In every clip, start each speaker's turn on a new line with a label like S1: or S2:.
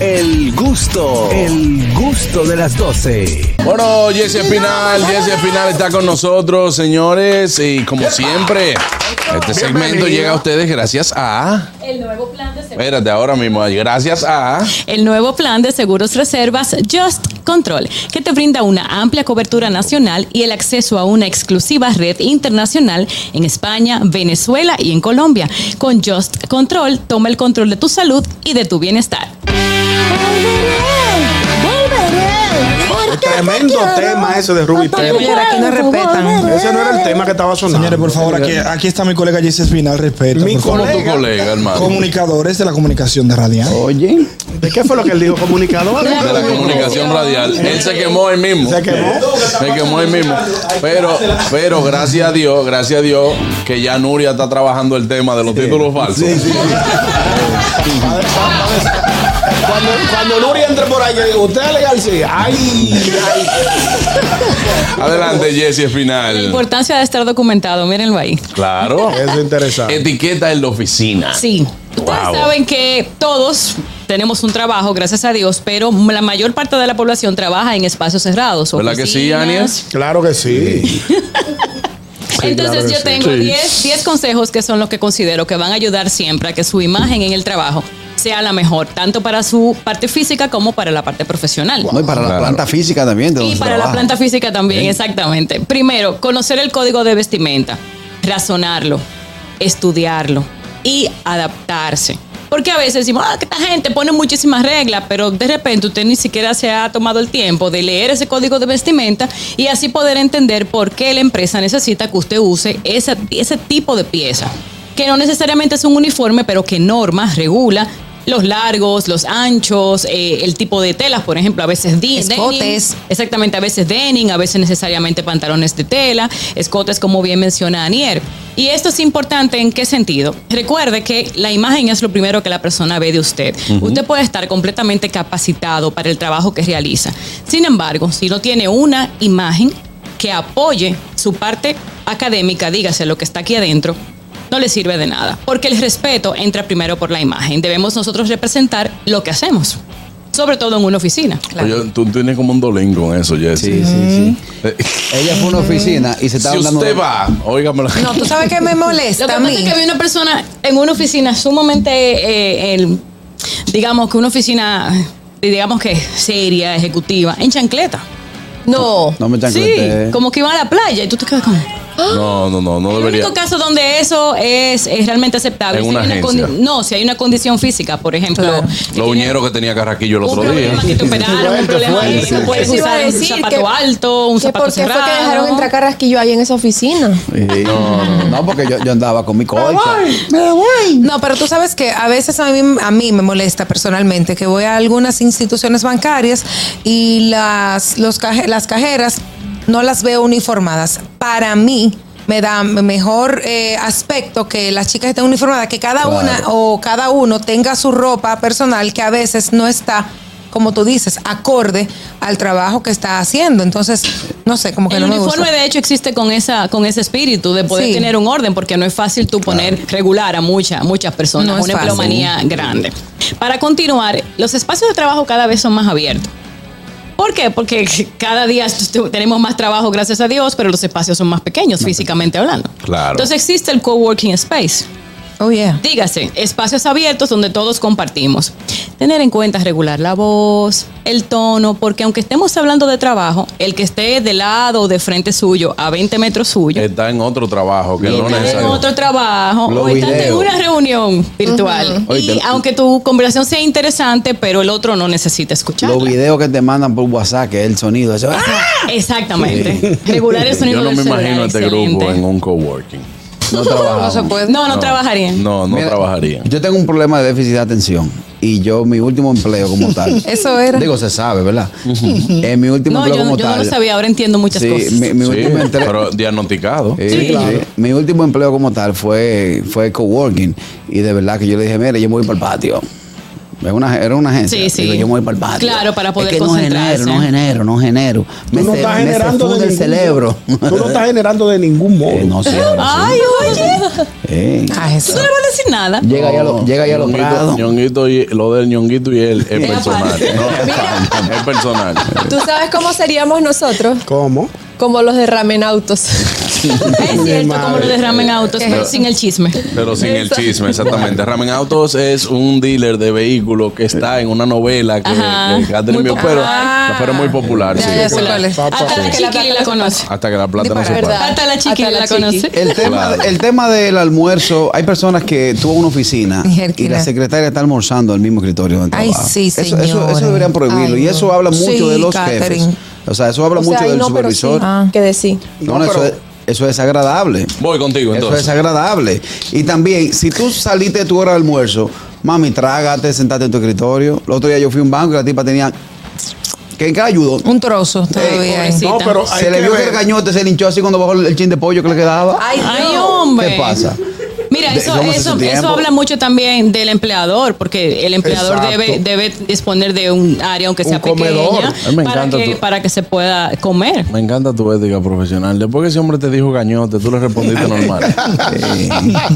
S1: El gusto, el gusto de las 12.
S2: Bueno, Jesse Espinal, Jesse Espinal está con nosotros, señores, y como siempre, este segmento llega a ustedes gracias a...
S3: El nuevo plan de seguros.
S2: Espérate, ahora mismo, gracias a...
S3: El nuevo plan de seguros reservas Just Control, que te brinda una amplia cobertura nacional y el acceso a una exclusiva red internacional en España, Venezuela y en Colombia. Con Just Control, toma el control de tu salud y de tu bienestar.
S4: Tremendo tema ese de Ruby Pérez.
S5: Mira, aquí no respetan.
S4: Ese no era el tema que estaba sonando.
S6: Señores, por favor, aquí, aquí está mi colega Jesús Final, respeto.
S4: Mi
S6: por favor.
S2: Como tu
S4: Colega.
S2: colega, hermano.
S6: Comunicadores de la comunicación de Radiante.
S5: Oye,
S4: ¿De qué fue lo que él dijo? Comunicador.
S2: De la comunicación radial. Él se quemó él mismo.
S4: Se quemó.
S2: Se quemó él mismo. Pero, pero gracias a Dios, gracias a Dios, que ya Nuria está trabajando el tema de los títulos falsos.
S4: Cuando, cuando Luri entre por ahí, yo digo, usted es legal, sí. Ay, ay.
S2: Adelante, Jesse
S3: La
S2: Espinal.
S3: importancia de estar documentado, mírenlo ahí.
S2: Claro.
S4: Eso es interesante.
S2: Etiqueta en la oficina.
S3: Sí. Ustedes
S2: Wow.
S3: saben que todos tenemos un trabajo, gracias a Dios, pero la mayor parte de la población trabaja en espacios cerrados.
S2: ¿Verdad que sí,
S3: oficinas.
S2: Anies?
S4: Claro que sí.
S3: Entonces
S4: claro que
S3: yo
S4: sí.
S3: tengo 10 10 consejos que son los que considero que van a ayudar siempre a que su imagen en el trabajo sea la mejor, tanto para su parte física como para la parte profesional.
S5: no, y para la
S2: Claro.
S5: planta física también. De
S3: Y
S5: donde
S3: para la
S5: trabaja.
S3: planta física también, exactamente. Primero, conocer el código de vestimenta, razonarlo, estudiarlo y adaptarse. Porque a veces decimos, ah, que esta gente pone muchísimas reglas, pero de repente usted ni siquiera se ha tomado el tiempo de leer ese código de vestimenta y así poder entender por qué la empresa necesita que usted use esa- ese tipo de pieza. Que no necesariamente es un uniforme, pero que norma, regula los largos, los anchos, eh, el tipo de telas, por ejemplo, a veces di- denim,
S7: Escotes.
S3: Exactamente, a veces denim, a veces necesariamente pantalones de tela, escotes, como bien menciona Anier. Y esto es importante en qué sentido. Recuerde que la imagen es lo primero que la persona ve de usted. Usted puede estar completamente capacitado para el trabajo que realiza. Sin embargo, si no tiene una imagen que apoye su parte académica, dígase lo que está aquí adentro, no le sirve de nada. Porque el respeto entra primero por la imagen. Debemos nosotros representar lo que hacemos, sobre todo en una oficina.
S2: Oye, tú tienes como un dolín con eso, Jesse.
S5: Sí,
S3: Mm.
S5: sí, sí. Ella fue a una oficina y se estaba
S2: Si
S5: dando.
S2: usted va, óigame la
S7: No, tú sabes que me
S3: Lo que
S7: molesta a
S3: pasa es
S7: mí.
S3: que había una persona en una oficina sumamente, eh, el- digamos que una oficina, eh, digamos que seria, ejecutiva, en chancleta.
S7: No.
S5: No me chanclete.
S3: Sí, como que iba a la playa y tú te quedas con...
S2: No, no, no, no
S3: El
S2: debería.
S3: único caso donde eso es, es realmente aceptable.
S2: En
S3: Si
S2: una
S3: hay
S2: agencia.
S3: condi- no, si hay una condición física, por ejemplo.
S7: Claro.
S3: que
S2: Lo
S3: tiene
S2: uñero que tenía Carraquillo el
S3: Un
S2: otro día.
S3: problema que te operaron, un
S4: Fuerte,
S3: problema
S4: fuerte.
S3: que no puedes
S7: Eso iba a
S3: usar un
S7: decir,
S3: zapato
S7: que-
S3: alto, un
S7: ¿Que
S3: zapato
S7: ¿Por qué
S3: cerrado.
S7: fue que dejaron entrar Carrasquillo ahí en esa oficina?
S5: Sí. No, no, porque yo, yo andaba con mi coica.
S7: No, pero tú sabes que a veces a mí, a mí me molesta personalmente que voy a algunas instituciones bancarias y las, los caje- las cajeras no las veo uniformadas. Para mí me da mejor eh, aspecto que las chicas estén uniformadas, que cada
S5: Claro.
S7: una o cada uno tenga su ropa personal que a veces no está como tú dices, acorde al trabajo que está haciendo. Entonces, no sé, como que
S3: El
S7: no me gusta.
S3: uniforme, de hecho, existe con esa con ese espíritu de poder
S7: Sí.
S3: tener un orden, porque no es fácil tú poner regular a muchas muchas personas,
S7: No es
S3: una
S7: fácil.
S3: empleomanía grande. Para continuar, los espacios de trabajo cada vez son más abiertos. ¿Por qué? Porque cada día t- tenemos más trabajo, gracias a Dios, pero los espacios son más pequeños, físicamente hablando.
S2: Claro.
S3: Entonces existe el coworking space.
S7: Oh, yeah.
S3: Dígase, espacios abiertos donde todos compartimos. Tener en cuenta regular la voz, el tono, porque aunque estemos hablando de trabajo, el que esté de lado o de frente suyo, a 20 metros suyo,
S5: Eh,
S2: Está en otro trabajo
S3: y
S2: que no
S3: estás en
S2: necesario.
S3: otro trabajo
S5: Los
S3: o estás en
S5: videos.
S3: una reunión virtual.
S5: Oye,
S3: Y
S5: te-
S3: aunque tu conversación sea interesante, pero el otro no necesita escucharla.
S5: Los videos que te mandan por WhatsApp, que es el sonido. Eso, ¡ah!
S3: Exactamente. Regular el sonido
S2: Yo no
S3: del
S2: me
S3: celular,
S2: imagino a este
S3: excelente.
S2: grupo en un coworking.
S5: No trabajamos.
S3: No, no, trabajarían.
S2: No, no
S5: Mira,
S2: trabajaría.
S5: Yo tengo un problema de déficit de atención. Y yo, mi último empleo como tal.
S7: Eso era.
S5: Digo, se sabe, ¿verdad? En mi último
S3: No,
S5: empleo
S3: yo,
S5: como
S3: yo
S5: tal.
S3: no lo sabía, ahora entiendo muchas
S5: sí,
S3: cosas.
S5: Mi, mi
S2: Sí,
S5: último empleo-
S2: pero diagnosticado.
S5: Sí, sí. Mi último empleo como tal fue, fue coworking. Y de verdad que yo le dije, mire, yo me voy para el patio. Es una- era una agencia.
S3: Sí, sí.
S5: Digo, yo me voy para el patio.
S3: Claro, para poder
S5: es que no
S3: concentrarse.
S5: genero, no genero, no genero.
S4: Tú
S5: Me,
S4: no
S5: se-
S4: estás
S5: me se
S4: generando de
S5: funde el
S4: ningún-
S5: cerebro.
S4: Tú no estás generando de ningún modo.
S5: Eh, no sé. ahora
S3: Ay,
S5: sí.
S3: oye.
S5: Eh,
S7: Ah,
S3: Tú
S7: eso.
S3: no le vas a decir nada.
S5: Llega ya lo, llega ya lo
S2: Ñonguito-
S5: prado.
S2: Ñonguito y- lo del ñonguito y él es
S3: Es
S2: personal.
S3: aparte.
S2: ¿no? es personal.
S8: ¿Tú sabes cómo seríamos nosotros?
S4: ¿Cómo?
S8: Como los derramen autos.
S3: Es cierto, como lo derramen autos, pero sin el chisme.
S2: Pero sin el
S8: Eso.
S2: chisme, exactamente. Ramen Autos es un dealer de vehículos que está en una novela que,
S3: Ajá.
S2: que Catherine
S3: Muy
S2: vio, pero,
S7: popular.
S2: pero muy popular.
S7: Ah. Ya,
S2: sí.
S7: ya sé cuál es.
S3: Hasta la chiquili la conoce.
S2: Hasta que la plata no se
S8: Disparate.
S2: para.
S8: ¿Verdad?
S3: Hasta la chiquili
S8: Hasta la
S3: la conoce.
S8: chiqui.
S5: El tema,
S2: Claro.
S5: el tema del almuerzo, hay personas que tuvo una oficina Ah, y
S7: Jerquina.
S5: la secretaria está almorzando al mismo escritorio donde
S7: Ay,
S5: trabaja.
S7: sí,
S5: Eso- eso, eso,
S7: señores.
S5: deberían prohibirlo.
S8: Ay,
S5: y eso
S8: no.
S5: habla mucho
S7: Sí,
S5: de los
S7: Catherine.
S5: jefes. O sea, eso habla
S8: O sea,
S5: mucho
S8: ahí
S5: del
S8: no, pero sí,
S5: supervisor.
S7: Ah.
S8: Que decir.
S5: No, no, eso, es, eso es desagradable.
S2: Voy
S5: Eso
S2: contigo
S5: es
S2: entonces.
S5: desagradable. Y también, si tú saliste de tu hora de almuerzo, mami, trágate, sentate en tu escritorio. El otro día yo fui a un banco y la tipa tenía. ¿Qué, qué ayudó?
S7: Un trozo todavía.
S3: pobrecito.
S4: No, pero hay
S5: Se le
S4: que
S5: vio que
S4: ver.
S5: el cañote se linchó así cuando bajó el chin de pollo que le quedaba.
S8: Ay,
S3: Ay,
S8: no.
S3: hombre.
S5: ¿Qué pasa?
S3: Mira,
S5: De-
S3: eso,
S5: somos
S3: eso,
S5: ese tiempo.
S3: eso habla mucho también del empleador, porque el empleador
S4: Exacto.
S3: debe, debe disponer de un área, aunque sea
S4: Un comedor.
S3: pequeña,
S2: A mí me
S3: para
S2: encanta
S3: que,
S2: tu-
S3: para que se pueda comer.
S2: Me encanta tu ética profesional. Después que ese hombre te dijo gañote, tú le respondiste normal.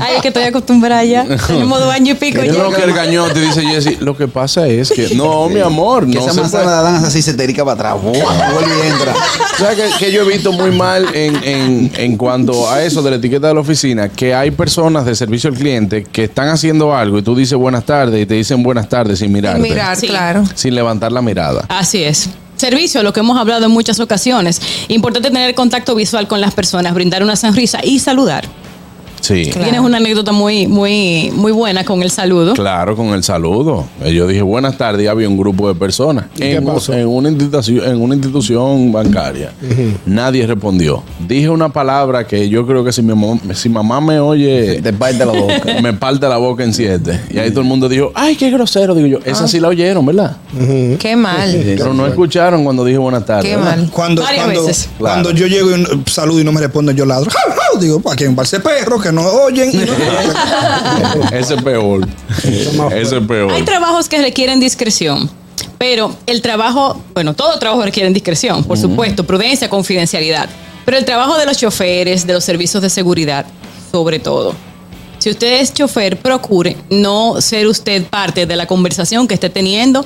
S3: Ay, es que estoy acostumbrada ya. Tenemos dos años y pico
S2: Yo
S3: ya.
S2: creo que el gañote dice Jesse, lo que pasa es que no, mi amor,
S5: Que
S2: no
S5: esa
S2: se
S5: manzana
S2: puede.
S5: la dan así, se te erica para atrás. ¡buah! Vuelve y entra.
S2: O sea, que, que yo he visto muy mal en, en- en cuanto a eso de la etiqueta de la oficina, que hay personas de servicio al cliente que están haciendo algo y tú dices buenas tardes y te dicen buenas tardes sin mirarte.
S7: Mirar,
S3: Sí.
S7: claro.
S2: Sin levantar la mirada.
S3: Así es. Servicio, lo que hemos hablado en muchas ocasiones. Importante tener contacto visual con las personas, brindar una sonrisa y saludar.
S2: Sí.
S7: Claro.
S3: Tienes una anécdota muy, muy, muy buena con el saludo.
S2: Claro, con el saludo. Eh, Yo dije buenas tardes y había un grupo de personas. En, un- en una institución, en una institución bancaria. Nadie respondió. Dije una palabra que yo creo que si mi mamá, si mamá me oye,
S5: Te parte la boca.
S2: me parte la boca en siete. Y ahí todo el mundo dijo, ay, qué grosero. Digo
S5: Ah.
S2: yo, esa sí la oyeron, ¿verdad?
S7: Qué mal.
S2: Pero no escucharon cuando dije buenas tardes.
S7: Qué
S2: ¿verdad?
S7: mal.
S6: Cuando,
S3: Varias
S6: cuando,
S3: veces.
S6: cuando yo llego y no- saludo y no me responden, yo ladro. ¡Jau, jau! Digo, aquí hay un par de perros que no oyen. y no-
S2: Ese es peor. Ese es peor.
S3: Hay trabajos que requieren discreción, pero el trabajo, bueno, todo trabajo requiere discreción, por supuesto, prudencia, confidencialidad. Pero el trabajo de los choferes, de los servicios de seguridad, sobre todo. Si usted es chofer, procure no ser usted parte de la conversación que esté teniendo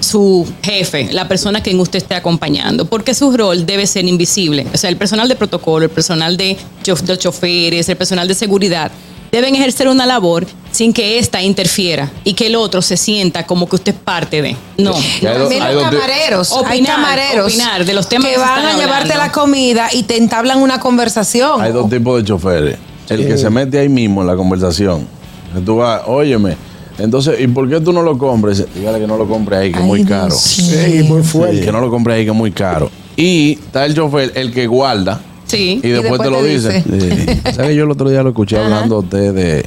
S3: su jefe, la persona que usted esté acompañando, porque su rol debe ser invisible. O sea, el personal de protocolo, el personal de, chof- de choferes, el personal de seguridad, deben ejercer una labor sin que ésta interfiera y que el otro se sienta como que usted es parte de. No.
S2: Ya hay dos-
S7: También
S2: hay
S7: los
S2: dos di-
S7: camareros, hay
S3: Opinar,
S7: camareros
S3: opinar de los temas
S7: que
S3: que se
S7: van a
S3: están
S7: llevarte
S3: hablando.
S7: la comida y te entablan una conversación.
S2: Hay dos tipos de choferes. El que se mete ahí mismo en la conversación. Que Tú vas, óyeme. Entonces, ¿y por qué tú no lo compres? Dígale que no lo compre ahí, que es
S7: Ay,
S2: muy
S7: Dios
S2: caro.
S4: Sí, muy fuerte.
S2: Que no lo compre ahí, que es muy caro. Y está el chofer, el que guarda.
S3: Sí.
S2: Y, después, te lo dice. Sí. ¿Sabes que yo el otro día lo escuché hablando a usted de.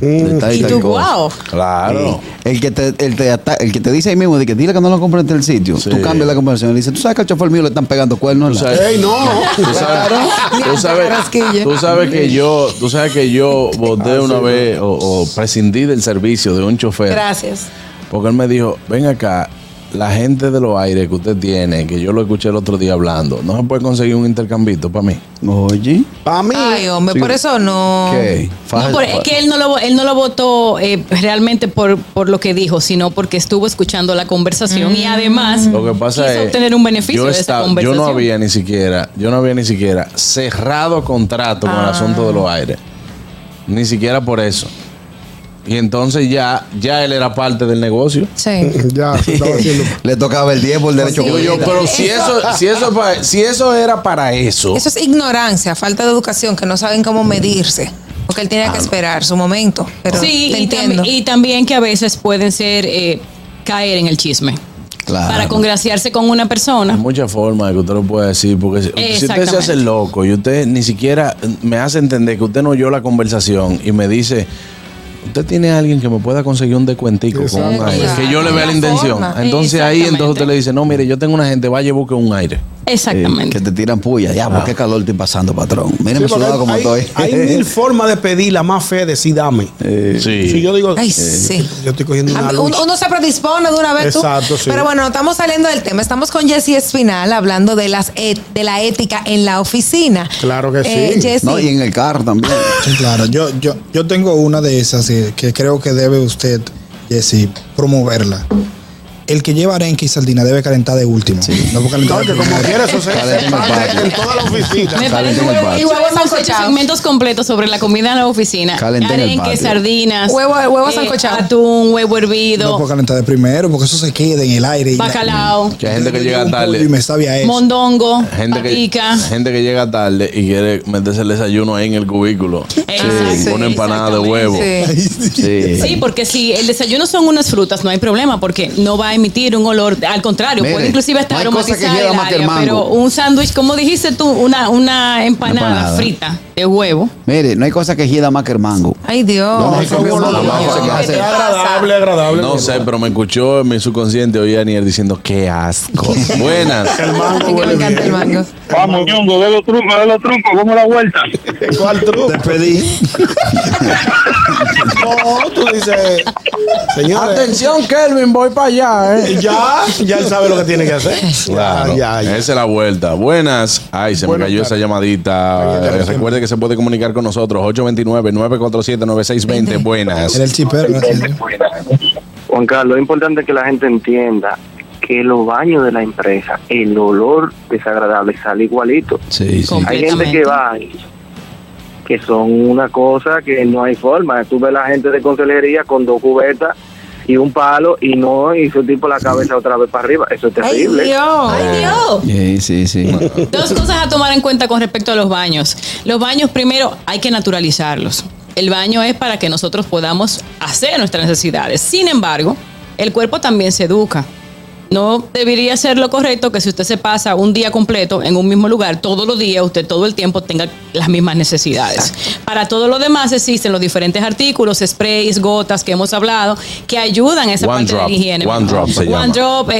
S5: De tal
S3: Y
S5: tal
S3: tú,
S5: cosa.
S3: wow.
S2: Claro.
S5: Sí. El que, te, el, te ata- el que te dice ahí mismo de que dile que no lo compren en el sitio,
S2: Sí.
S5: tú cambias la conversación y le dices, tú sabes que al chofer mío le están pegando cuernos.
S2: Tú sabes-
S4: ¡Ey, no!
S2: Tú sabes, tú sabes, tú sabes que yo, tú sabes que yo voté una vez o, o prescindí del servicio de un chofer.
S7: Gracias.
S2: Porque él me dijo, ven acá, la gente de los aires que usted tiene, que yo lo escuché el otro día hablando, no se puede conseguir un intercambito para mí.
S5: Oye,
S4: Para mí,
S7: Ay, hombre,
S5: Sí.
S7: por eso no.
S5: ¿qué? Faja-
S3: Ah. No, por- es que él no lo, él no lo votó eh, realmente por, por lo que dijo, sino porque estuvo escuchando la conversación
S7: Mm.
S3: y además
S2: Lo que pasa
S3: quiso
S2: es
S3: obtener un beneficio
S2: yo
S3: de esa
S2: estaba-
S3: conversación.
S2: Yo no había ni siquiera, yo no había ni siquiera cerrado contrato
S3: Ah.
S2: con el asunto de los aires. Ni siquiera por eso. Y entonces ya, ya él era parte del negocio.
S7: Sí.
S4: ya se estaba haciendo.
S5: le tocaba el 10 por el derecho.
S7: Sí.
S2: Digo yo,
S5: público.
S2: pero si eso, si eso, pa- si eso era para eso.
S7: Eso es ignorancia, falta de educación, que no saben cómo medirse. Porque él tenía que esperar su momento. Pero
S3: Sí,
S7: te
S3: y, tam-
S7: entiendo.
S3: y también que a veces pueden ser eh, caer en el chisme
S2: Ah.
S5: Claro.
S3: para congraciarse con una
S2: Hay
S3: persona.
S2: muchas formas de que usted lo pueda decir, porque si si usted se
S3: Exactamente.
S2: hace loco y usted ni siquiera me hace entender que usted no oyó la conversación y me dice, usted tiene a alguien que me pueda conseguir un descuentico con un
S4: Exacto.
S2: aire, que yo le vea
S7: Una
S2: la intención.
S7: forma.
S2: Entonces ahí entonces
S3: Exactamente.
S2: usted le dice, no, mire, yo tengo una gente, vaya y busque un aire.
S5: eh,
S3: Exactamente.
S5: que te tiran puya. Ya,
S3: Ah.
S5: ¿por qué calor estoy pasando, patrón? Mírame
S4: Sí, porque
S5: sudado como
S4: hay,
S5: estoy.
S4: hay mil formas de pedir la más fe de sí dame.
S2: Sí.
S4: Si yo digo,
S7: Ay,
S4: eh,
S7: sí.
S4: yo estoy cogiendo una
S7: A mí,
S4: lucha.
S7: Uno, uno se predispone de una vez tú.
S4: Exacto, sí.
S7: Pero bueno, estamos saliendo del tema. Estamos con Jessie Espinal hablando de las et- de la ética en la oficina.
S4: Claro que
S7: Eh,
S4: sí.
S7: Jessie,
S5: No, y en el carro también.
S6: Sí, claro. Yo, yo, yo tengo una de esas eh, que creo que debe usted, Jesse, promoverla. El que lleva arenque y sardina debe calentar de último. No puede calentar
S4: Claro que
S6: de
S4: como
S6: primero.
S4: quieras, eso se
S5: Está
S4: se
S5: bien,
S4: parte
S5: papá.
S4: en toda la oficina.
S3: Me
S5: Calentén
S3: parece
S5: el
S3: huevo,
S5: patio.
S3: y huevos
S7: Huevos
S3: sancochados.
S7: sancochados.
S3: segmentos completos sobre la comida en la oficina.
S5: Calentén el
S3: Arenque,
S5: patio.
S3: sardinas. eh,
S7: Huevo- huevo sancochado.
S3: Atún, huevo
S6: No
S3: hervido,
S6: puede calentar de primero porque eso se queda en el aire. y la-
S3: bacalao,
S2: Que hay gente que
S6: Yo
S2: llega
S6: llevo un
S2: tarde.
S6: pollo Y me sabe a eso.
S3: mondongo,
S2: Gente que,
S3: patica.
S2: gente que llega tarde y quiere meterse el desayuno ahí en el cubículo.
S3: Exacto,
S2: Sí, pone empanada de
S3: exactamente.
S2: huevo.
S7: Sí.
S5: Sí.
S3: Sí, porque si el desayuno son unas frutas, no hay problema, porque no va a emitir un olor. Al contrario,
S5: Mire,
S3: puede inclusive hasta
S5: no hay cosa que
S3: aromatizar el
S5: lleva más que el
S3: área.
S5: mango.
S3: Pero un sándwich, como dijiste tú, una, una empanada,
S5: empanada.
S3: frita de huevo.
S5: Mire, no hay cosa que hieda más que el mango.
S7: Ay, Dios.
S5: No,
S4: Eso es bueno,
S5: No, no,
S4: no, no,
S5: no,
S4: es
S5: no, no.
S4: agradable, agradable.
S2: No sé, pero me escuchó en mi subconsciente hoy Aniel diciendo, qué asco. Buenas.
S4: El
S7: Ay,
S4: mango
S7: que me
S4: huele
S7: encanta el
S4: bien.
S7: mango.
S9: Vamos, ñongo, de los truncos, de los truncos, ¿cómo la vuelta?
S4: ¿Cuál truco?
S6: Te pedí.
S4: No, tú dices, señores,
S2: Atención, Kelvin, voy para allá, eh.
S4: ya, ya él sabe lo que tiene que hacer.
S2: Claro. Eh,
S4: Ya, ya, ya.
S2: Esa es la vuelta. Buenas. Ay, se me
S4: Buenas
S2: cayó
S4: tardes.
S2: esa llamadita. Eh, recuerde que se puede comunicar con nosotros. 829-947-9620. Buenas.
S6: Era el chipero. ¿no?
S9: Eh. Juan Carlos, es importante que la gente entienda que los baños de la empresa, el olor desagradable sale igualito.
S5: Sí, sí.
S9: Hay gente que va ahí, que son una cosa que no hay forma. Tú ves la gente de consejería con dos cubetas y un palo y no, y su tipo la cabeza otra vez para arriba. Eso es
S7: Ay,
S9: terrible.
S7: Dios.
S3: ¡Ay, Dios!
S5: Sí, sí, sí.
S3: Dos cosas a tomar en cuenta con respecto a los baños. Los baños, primero, hay que naturalizarlos. El baño es para que nosotros podamos hacer nuestras necesidades. Sin embargo, el cuerpo también se educa. No debería ser lo correcto que si usted se pasa un día completo en un mismo lugar, todos los días, usted todo el tiempo tenga las mismas necesidades. Para todo lo demás existen los diferentes artículos, sprays, gotas que hemos hablado, que ayudan a esa
S2: One
S3: parte de
S2: drop,
S3: la higiene.
S2: one drop se
S3: One
S2: llama.
S3: drop, eh,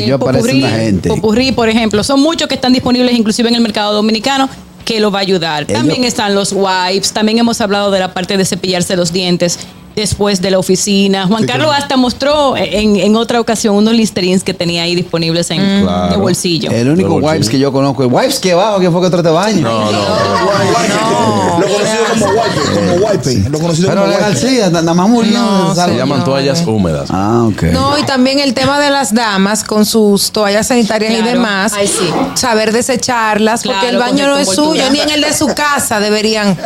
S3: eh,
S5: Ellos parecen una gente.
S3: popurrí, por ejemplo. Son muchos que están disponibles inclusive en el mercado dominicano que lo va a ayudar.
S5: Ellos-
S3: También están los wipes, también hemos hablado de la parte de cepillarse los dientes después de la oficina. Juan Carlos hasta mostró en, en otra ocasión unos listerines que tenía ahí disponibles
S5: Mm.
S3: en
S2: Claro.
S3: de bolsillo.
S5: El único
S2: Luego,
S5: wipes
S2: sí.
S5: que yo conozco es wipes que bajo, que fue que otro te baño.
S2: No, no.
S6: Lo conocido como wipe. Como wipe. Lo conocido
S5: Pero
S6: como
S5: la
S6: wipe.
S5: García, nada más murió.
S7: No,
S5: ¿sabes?
S2: Se llaman toallas húmedas.
S4: Pues
S5: Ah, ok.
S7: No, y también el tema de las damas con sus toallas sanitarias y
S3: Claro.
S7: demás.
S3: Ay, sí.
S7: Saber desecharlas, porque
S3: Claro,
S7: el baño
S3: con
S7: no es
S3: envoltura.
S7: suyo, ni en el de su casa deberían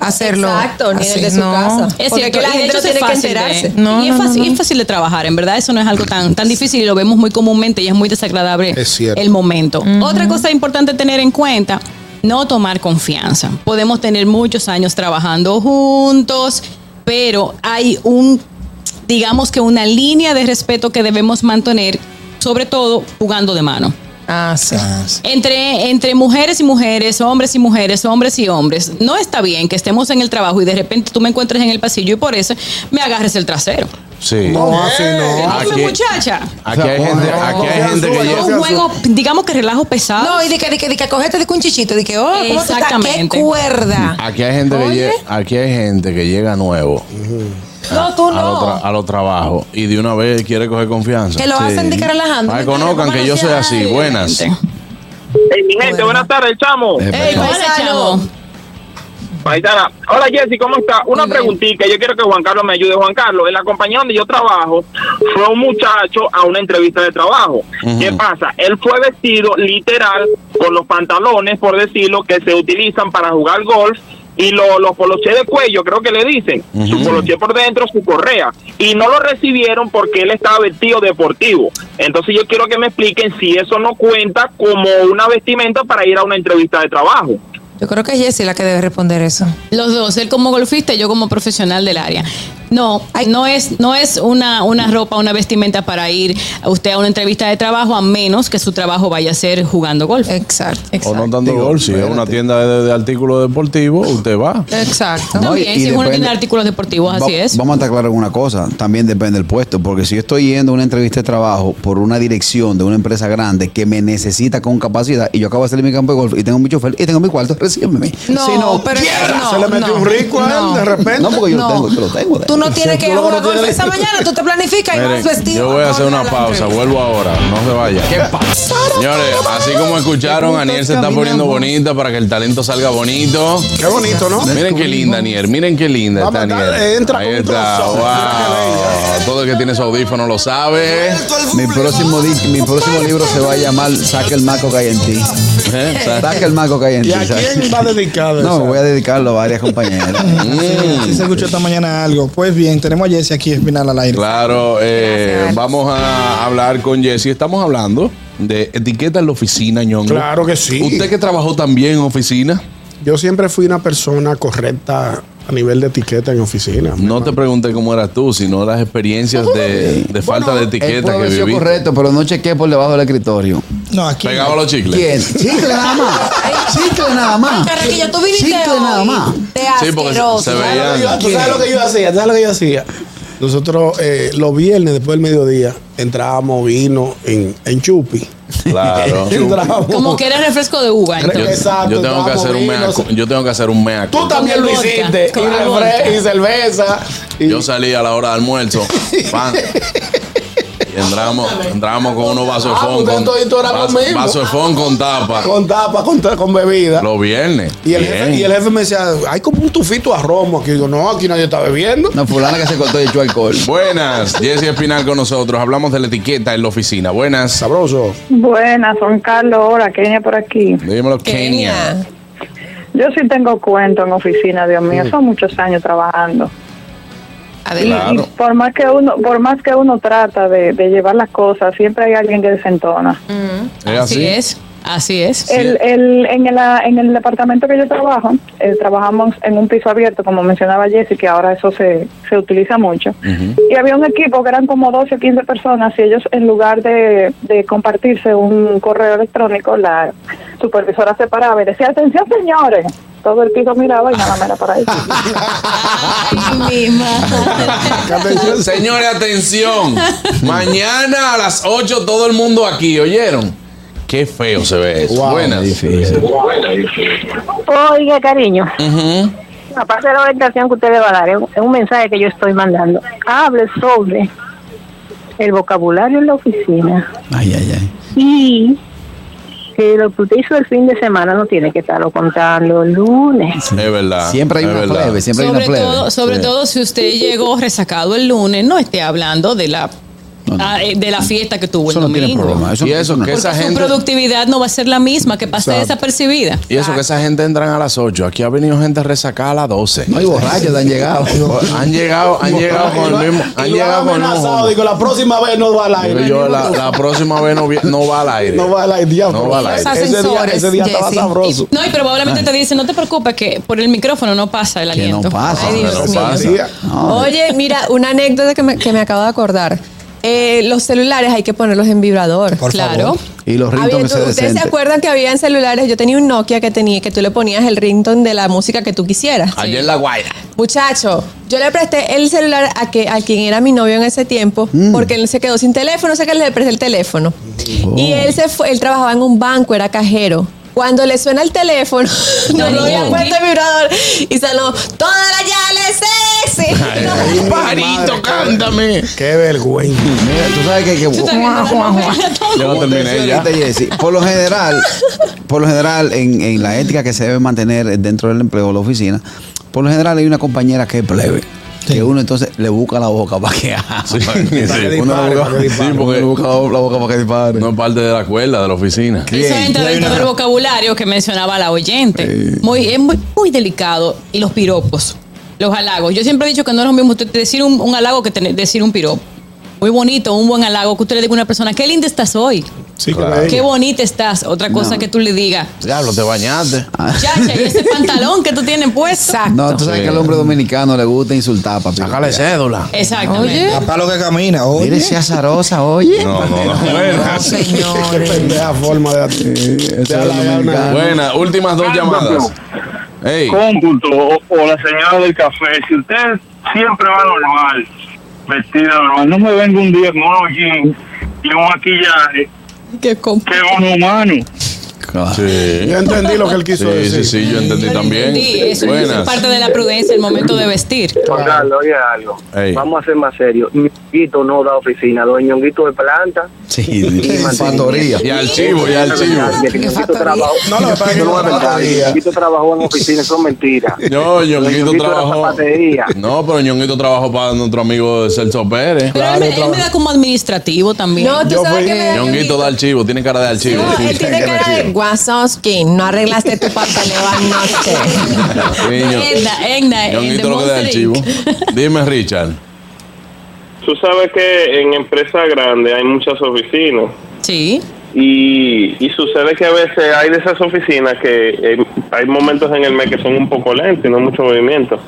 S7: hacerlo.
S8: Exacto, ni en el de su
S7: no.
S8: casa.
S3: Es
S8: Porque
S3: cierto,
S8: la
S3: y de
S8: gente
S3: hecho
S8: no
S3: es
S8: tiene que
S3: fácil de-
S8: enterarse.
S7: No,
S3: y es
S7: no,
S3: fácil,
S7: no, no.
S3: es fácil de trabajar, en verdad eso no es algo tan, tan difícil y lo vemos muy comúnmente y es muy desagradable
S4: Es cierto.
S3: el momento. Otra cosa importante tener en cuenta, no tomar confianza. Podemos tener muchos años trabajando juntos, pero hay un, digamos que una línea de respeto que debemos mantener, sobre todo jugando de mano.
S7: Ah, sí.
S3: Entre, entre mujeres y mujeres, hombres y mujeres, hombres y hombres. No está bien que estemos en el trabajo y de repente tú me encuentres en el pasillo y por eso me agarres el trasero.
S2: Sí.
S4: No, así no.
S2: Ah,
S3: Dime,
S2: qué-
S3: muchacha. Oh,
S2: Aquí hay gente, aquí hay gente que
S4: Ay,
S3: Es
S2: llega.
S4: Dios.
S3: un juego, digamos que relajo pesado.
S7: No, y de que, de que, de que cogete de que un chichito, de que, oh, ¿cómo tú estás? ¿Qué
S3: Exactamente.
S7: cuerda?
S2: Aquí hay gente que
S7: Oye.
S2: llega, aquí hay gente que llega nuevo
S7: No, tú
S2: a los
S7: Oh, no.
S2: tra- a los trabajos y de una vez quiere coger confianza.
S7: Que lo hacen de que relajando.
S2: Para que conozcan que yo soy así. Buenas.
S9: Hey, mi gente, buenas tardes, chamo.
S5: Eh,
S3: Ey,
S5: perdón.
S3: hola, chavo.
S9: Paisana. Hola Jessy, ¿cómo está? Una
S3: Muy bien.
S9: preguntita, yo quiero que Juan Carlos me ayude. Juan Carlos, en la compañía donde yo trabajo, fue un muchacho a una entrevista de trabajo. ¿Qué pasa? Él fue vestido literal con los pantalones, por decirlo, que se utilizan para jugar golf y lo- los poloché de cuello, creo que le dicen, su poloché por dentro, su correa, y no lo recibieron porque él estaba vestido deportivo. Entonces yo quiero que me expliquen si eso no cuenta como una vestimenta para ir a una entrevista de trabajo.
S7: Yo creo que es Jessie la que debe responder eso.
S3: Los dos, él como golfista y yo como profesional del área. No, no es, no es una, una ropa, una vestimenta para ir a usted a una entrevista de trabajo, a menos que su trabajo vaya a ser jugando golf.
S7: Exacto.
S2: O no tanto
S5: Digo,
S2: gol, si es una
S5: espérate.
S2: tienda de, de artículos deportivos, usted va.
S7: Exacto.
S5: No,
S3: También,
S5: y- y
S3: si uno
S5: depende-
S3: tiene artículos deportivos, así
S5: Va-
S3: es.
S5: Vamos a estar claros en una cosa, también depende del puesto, porque si yo estoy yendo a una entrevista de trabajo por una dirección de una empresa grande que me necesita con capacidad y yo acabo de salir de mi campo de golf y tengo mi chofer y tengo mi cuarto, recíbeme.
S7: No,
S5: Si
S7: pero
S5: ¡piedra!
S7: no,
S4: Se le metió
S7: no,
S4: un rico a él
S7: no.
S4: de repente.
S5: No, porque yo lo
S7: No.
S5: tengo, yo lo tengo.
S7: Tú no tienes que ir
S4: Tú
S7: a
S4: lo
S7: jugar
S4: conoces.
S7: golf esa mañana, tú te planificas y vas
S2: Miren,
S7: vestido.
S2: yo voy a hacer
S7: normal
S2: una
S7: la
S2: pausa,
S7: entrevista.
S2: vuelvo ahora, no se vaya. ¿Qué pasa? Señores, así como escucharon, Aniel se está poniendo bonita para que el talento salga bonito.
S4: Qué bonito, ¿no?
S2: Miren qué linda, Aniel, miren qué linda
S4: Vamos
S2: está
S4: a
S2: Aniel.
S4: estar- entra
S2: Ahí
S4: con un
S2: está,
S4: trozo.
S2: wow. Todo el que tiene su audífono lo sabe.
S5: Mi próximo, di- mi próximo libro se va a llamar Saca el maco que hay en ti.
S2: ¿Eh?
S5: Saca el maco que hay en ti.
S4: ¿Y a
S5: ¿sabes?
S4: quién va dedicado?
S5: No,
S4: esa?
S5: voy a dedicarlo a varias compañeras.
S4: Mm.
S2: Mm.
S6: Si se escuchó esta mañana algo. Pues bien, tenemos a Jesse aquí final al aire.
S2: Claro, eh, vamos a hablar con Jesse. Estamos hablando de etiqueta en la oficina, ñongo.
S4: Claro que sí.
S2: Usted que trabajó también en oficina,
S4: Yo siempre fui una persona correcta a nivel de etiqueta en oficina.
S2: no te pregunté cómo eras tú, sino las experiencias de, de falta de
S5: Él puede
S2: etiqueta que
S5: haber sido
S2: viví.
S5: correcto, pero no chequeé por debajo del escritorio.
S6: No, aquí.
S2: Pegaba los chicles.
S5: ¿Quién? Chicle nada más. Chicle nada más.
S7: Carraquillo, tú viviste
S5: Chicle
S7: hoy
S5: nada más.
S7: de
S2: Sí, porque se-
S7: asqueroso.
S2: se
S4: ¿Sabes lo que yo-
S2: veían.
S4: ¿Tú sabes lo que yo hacía? ¿Tú sabes lo que yo hacía? Nosotros eh, los viernes después del mediodía entrábamos vino en, en Chupi.
S2: Claro.
S4: Entrábamos.
S3: Como que era refresco de uva.
S2: Yo,
S3: entonces.
S4: Exacto,
S2: yo tengo que
S4: estábamos
S2: hacer un mea,
S4: vinos.
S2: cu- yo tengo que hacer un mea
S4: Tú
S2: culpa.
S4: también
S3: Con
S4: lo
S3: el vodka,
S4: hiciste.
S3: con
S4: y,
S3: el
S4: refre-
S3: vodka.
S4: y cerveza. Y
S2: Yo salí a la hora de almuerzo. pan, y entramos, entramos con unos vasos de
S4: Ah,
S2: fon.
S4: pues
S2: Con,
S4: entonces tú eras lo
S2: vaso,
S4: mismo.
S2: vaso de fon con tapa.
S4: con tapa, con, ta- con bebida.
S2: Los viernes.
S4: Y el, jefe,
S2: Bien.
S4: y el jefe me decía, hay como un tufito a romo aquí. Digo, no, aquí nadie está bebiendo.
S5: No, fulana que se cortó y echó alcohol.
S2: Buenas, Jesse Espinal con nosotros. Hablamos de la etiqueta en la oficina. Buenas.
S4: Sabroso.
S10: Buenas, son Carlos, ahora Kenia por aquí.
S2: Dímelo, Kenia.
S10: Yo sí tengo cuento en oficina, Dios mío, son muchos años trabajando. Y,
S7: Adelante.
S10: y por más que uno, por más que uno trata de, de llevar las cosas, siempre hay alguien que desentona.
S2: ¿Es así?
S3: Así es, así es.
S10: El, el- en, el, en el departamento que yo trabajo, eh, trabajamos en un piso abierto, como mencionaba Jessy, que ahora eso se, se utiliza mucho. Y había un equipo que eran como 12 o 15 personas y ellos, en lugar de, de compartirse un correo electrónico, la supervisora se paraba y decía, atención señores. Todo el piso miraba y nada más era para eso.
S3: Ay, mi madre.
S2: Señores, atención. Mañana a las 8 todo el mundo aquí, ¿oyeron? Qué feo se ve eso. Buenas.
S10: Oiga, cariño. Aparte de la orientación que usted le va a dar, es un- es un mensaje que yo estoy mandando. Hable sobre el vocabulario en la oficina
S5: Ay, ay, ay.
S10: y que lo que usted hizo pues, el fin de semana no tiene que estarlo contando el lunes.
S2: Es verdad.
S5: Siempre hay
S2: es
S5: una
S2: verdad.
S5: plebe, siempre hay
S3: Sobre,
S5: una plebe.
S3: todo, sobre
S5: Sí.
S3: todo si usted llegó resacado el lunes, no esté hablando de la,
S5: No, no.
S3: ah, eh, de la fiesta que tuvo el
S5: Eso no tiene
S3: domingo.
S5: problema. Eso,
S2: Y eso
S5: no.
S2: que esa
S3: Porque su
S2: gente.
S3: productividad no va a ser la misma, que pase desapercibida.
S2: Y eso que esa gente entran a las 8. Aquí ha venido gente resacada a las 12.
S5: No hay borrachos, te han llegado.
S2: Han llegado, han llegado con el mismo. Han
S4: Y lo
S2: llegado con el mismo.
S4: amenazado. Digo, la próxima vez no va al
S2: Digo
S4: aire.
S2: yo, la, la próxima vez no, vi- no va al aire.
S4: No va al aire. diablo.
S2: No va al aire. Los
S4: Ese día,
S7: ascensores,
S4: ese día estaba
S7: Jessy.
S4: sabroso.
S3: No, y probablemente te dicen, no te preocupes, que por el micrófono no pasa el
S5: Que
S3: aliento.
S5: no pasa.
S8: Ay, Dios
S2: Pero
S8: mío.
S2: pasa.
S4: Día.
S8: Oye, mira, una anécdota que me, que me acabo de acordar. Eh, los celulares hay que ponerlos en vibrador.
S6: Por
S3: Claro.
S6: favor.
S5: Y los
S8: Había-
S5: ringtones se
S8: ¿Ustedes
S5: decentes.
S8: se acuerdan que había en celulares? Yo tenía un Nokia que tenía que tú le ponías el ringtone de la música que tú quisieras.
S2: Ayer en la guaira.
S8: Muchacho, yo le presté el celular a que a quien era mi novio en ese tiempo, porque él se quedó sin teléfono, sé que le presté el teléfono. Y él se fue, él trabajaba en un banco, era cajero. Cuando le suena el teléfono, no lo había puesto el vibrador y salió toda la ya le sexy.
S2: Parito, cántame.
S4: Qué vergüenza.
S5: Mira, tú sabes que... que
S2: Yo no
S5: Como te
S2: terminé
S5: decía
S2: ya.
S5: ahorita, Jessy, por lo general, por lo general, en, en la ética que se debe mantener dentro del empleo o la oficina, por lo general hay una compañera que es plebe. Que uno entonces le busca la boca para que haga.
S2: Sí, sí.
S5: Uno
S4: dispare,
S5: le
S4: para que
S5: busca,
S4: dispare.
S5: sí, porque uno busca la la boca para que dispare.
S2: No es parte de la cuerda de la oficina.
S3: Eso entra
S6: Y hay
S3: dentro
S6: una-
S3: del vocabulario que mencionaba la oyente. Muy, es muy, muy delicado. Y los piropos, los halagos. Yo siempre he dicho que no es lo mismo usted decir un, un halago que tener- decir un piropo. Muy bonito, un buen halago que usted le diga a una persona, qué linda estás hoy.
S4: Sí, que
S2: Claro.
S4: la-
S3: Qué bonita estás. Otra cosa
S5: No.
S3: que tú le digas.
S2: Diablo, te bañaste.
S3: Chacha, y ese pantalón que tú tienes puesto.
S7: Exacto.
S5: No, tú sabes
S2: Sí.
S5: que al hombre dominicano le gusta insultar, papi.
S2: Sácale cédula.
S3: Exactamente.
S7: Oye.
S6: Papá lo que camina, oye.
S5: Mire, sea zarosa, oye.
S2: No, no, no.
S7: No,
S2: Buenas.
S4: Qué
S7: señores.
S4: pendeja forma de
S5: es
S4: de halagar
S5: dominicano.
S4: una-
S2: Buenas, últimas dos llamadas. Ey,
S9: cómputo o, o la señora del café, si usted siempre va normal, vestida normal, no me venga un día con unos jeans y un maquillaje
S8: Que con-
S9: que es un humano.
S2: Sí.
S4: Yo entendí lo que él
S2: Sí,
S4: quiso
S2: sí,
S4: decir.
S2: sí, yo entendí también.
S3: Sí, eso eso es
S2: Buenas.
S3: parte de la prudencia, el momento de vestir.
S11: Juan Carlos, oye algo.
S2: Ey.
S11: Vamos a ser más serios. Ñonguito no da oficina, los ñonguitos de planta.
S5: Sí, factoría.
S2: Y al chivo, y al chivo.
S11: Que Ñonguito
S7: factoría.
S11: trabajó-
S4: No, lo que pasa es
S11: No,
S4: que no
S11: es
S4: me
S11: verdad,
S4: entendía.
S11: Ñonguito trabajó en oficina, eso es mentira.
S2: No,
S11: Ñonguito
S2: Ñonguito
S11: era
S2: trabajó.
S11: zapatería.
S2: No, pero Ñonguito trabajó para nuestro amigo de Celso Pérez.
S3: Pero él, me- él me da como administrativo también.
S8: No, tú
S4: Yo
S8: sabes
S4: fui-
S8: que me da
S2: Ñonguito da al chivo, tiene cara de al chivo.
S8: No, él tiene cara de Wazowski, no arreglaste tu papeleo anoche.
S2: Niño.
S3: Edna, Edna, Eh, el de
S2: Ñonguito lo que da al
S3: Monster
S2: chivo.
S3: Inc.
S2: Dime, Richard.
S9: Tú sabes que en empresas grandes hay muchas oficinas.
S3: Sí.
S9: Y, y sucede que a veces hay de esas oficinas que eh, hay momentos en el mes que son un poco lentos y no hay mucho movimiento.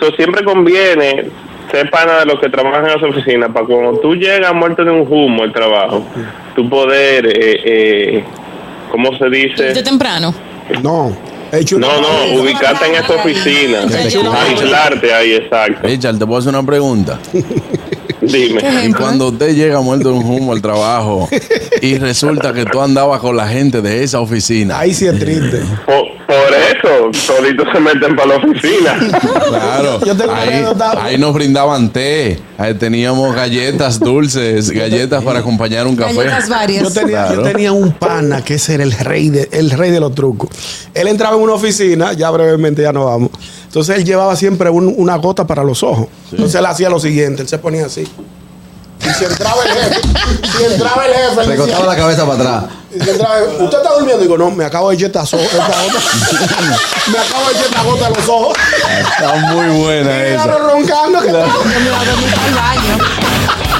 S9: So, siempre conviene ser pana de los que trabajan en las oficinas para cuando tú llegas muerto de un humo al trabajo, tu poder, eh, eh, ¿cómo se
S3: Desde
S9: dice?
S3: temprano.
S4: No. hecho una
S9: No, no,
S4: maldita.
S9: ubicarte en esta oficina,
S3: Que te escuchen.
S9: aislarte ahí, exacto.
S2: Richard, te puedo hacer una pregunta.
S9: Dime.
S2: Y cuando usted llega muerto de un humo al trabajo y resulta que tú andabas con la gente de esa oficina.
S4: Ahí sí es triste.
S9: Por, por eso, solitos se meten para la oficina.
S2: Claro,
S4: Yo tengo una
S2: ahí,
S4: anécdota.
S2: ahí nos brindaban té, ahí teníamos galletas dulces, galletas para acompañar un café.
S7: Galletas varias.
S4: Yo tenía,
S2: Claro.
S4: yo tenía un pana que ese era el rey, de, el rey de los trucos. Él entraba en una oficina, ya brevemente ya nos vamos. Entonces él llevaba siempre un- una gota para los ojos. Entonces él hacía lo siguiente, él se ponía así. Y si entraba el jefe, si entraba el jefe,
S5: Le
S4: él decía,
S5: cortaba la cabeza para atrás.
S4: y si entraba el jefe, usted está durmiendo, digo, no, me acabo de echar esta, so- esta gota. me acabo de echar esta gota a los ojos.
S2: Está muy buena
S4: Y
S2: esa.
S4: ahora roncando que estaba-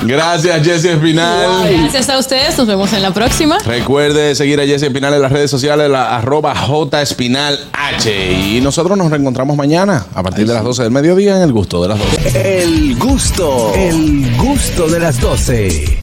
S2: Gracias, Jesse Espinal.
S3: Gracias a ustedes, nos vemos en la próxima.
S2: Recuerde seguir a Jesse Espinal en las redes sociales, la arroba J Espinal H. Y nosotros nos reencontramos mañana a partir de las 12 del mediodía en el gusto de las 12.
S1: El gusto, el gusto de las 12.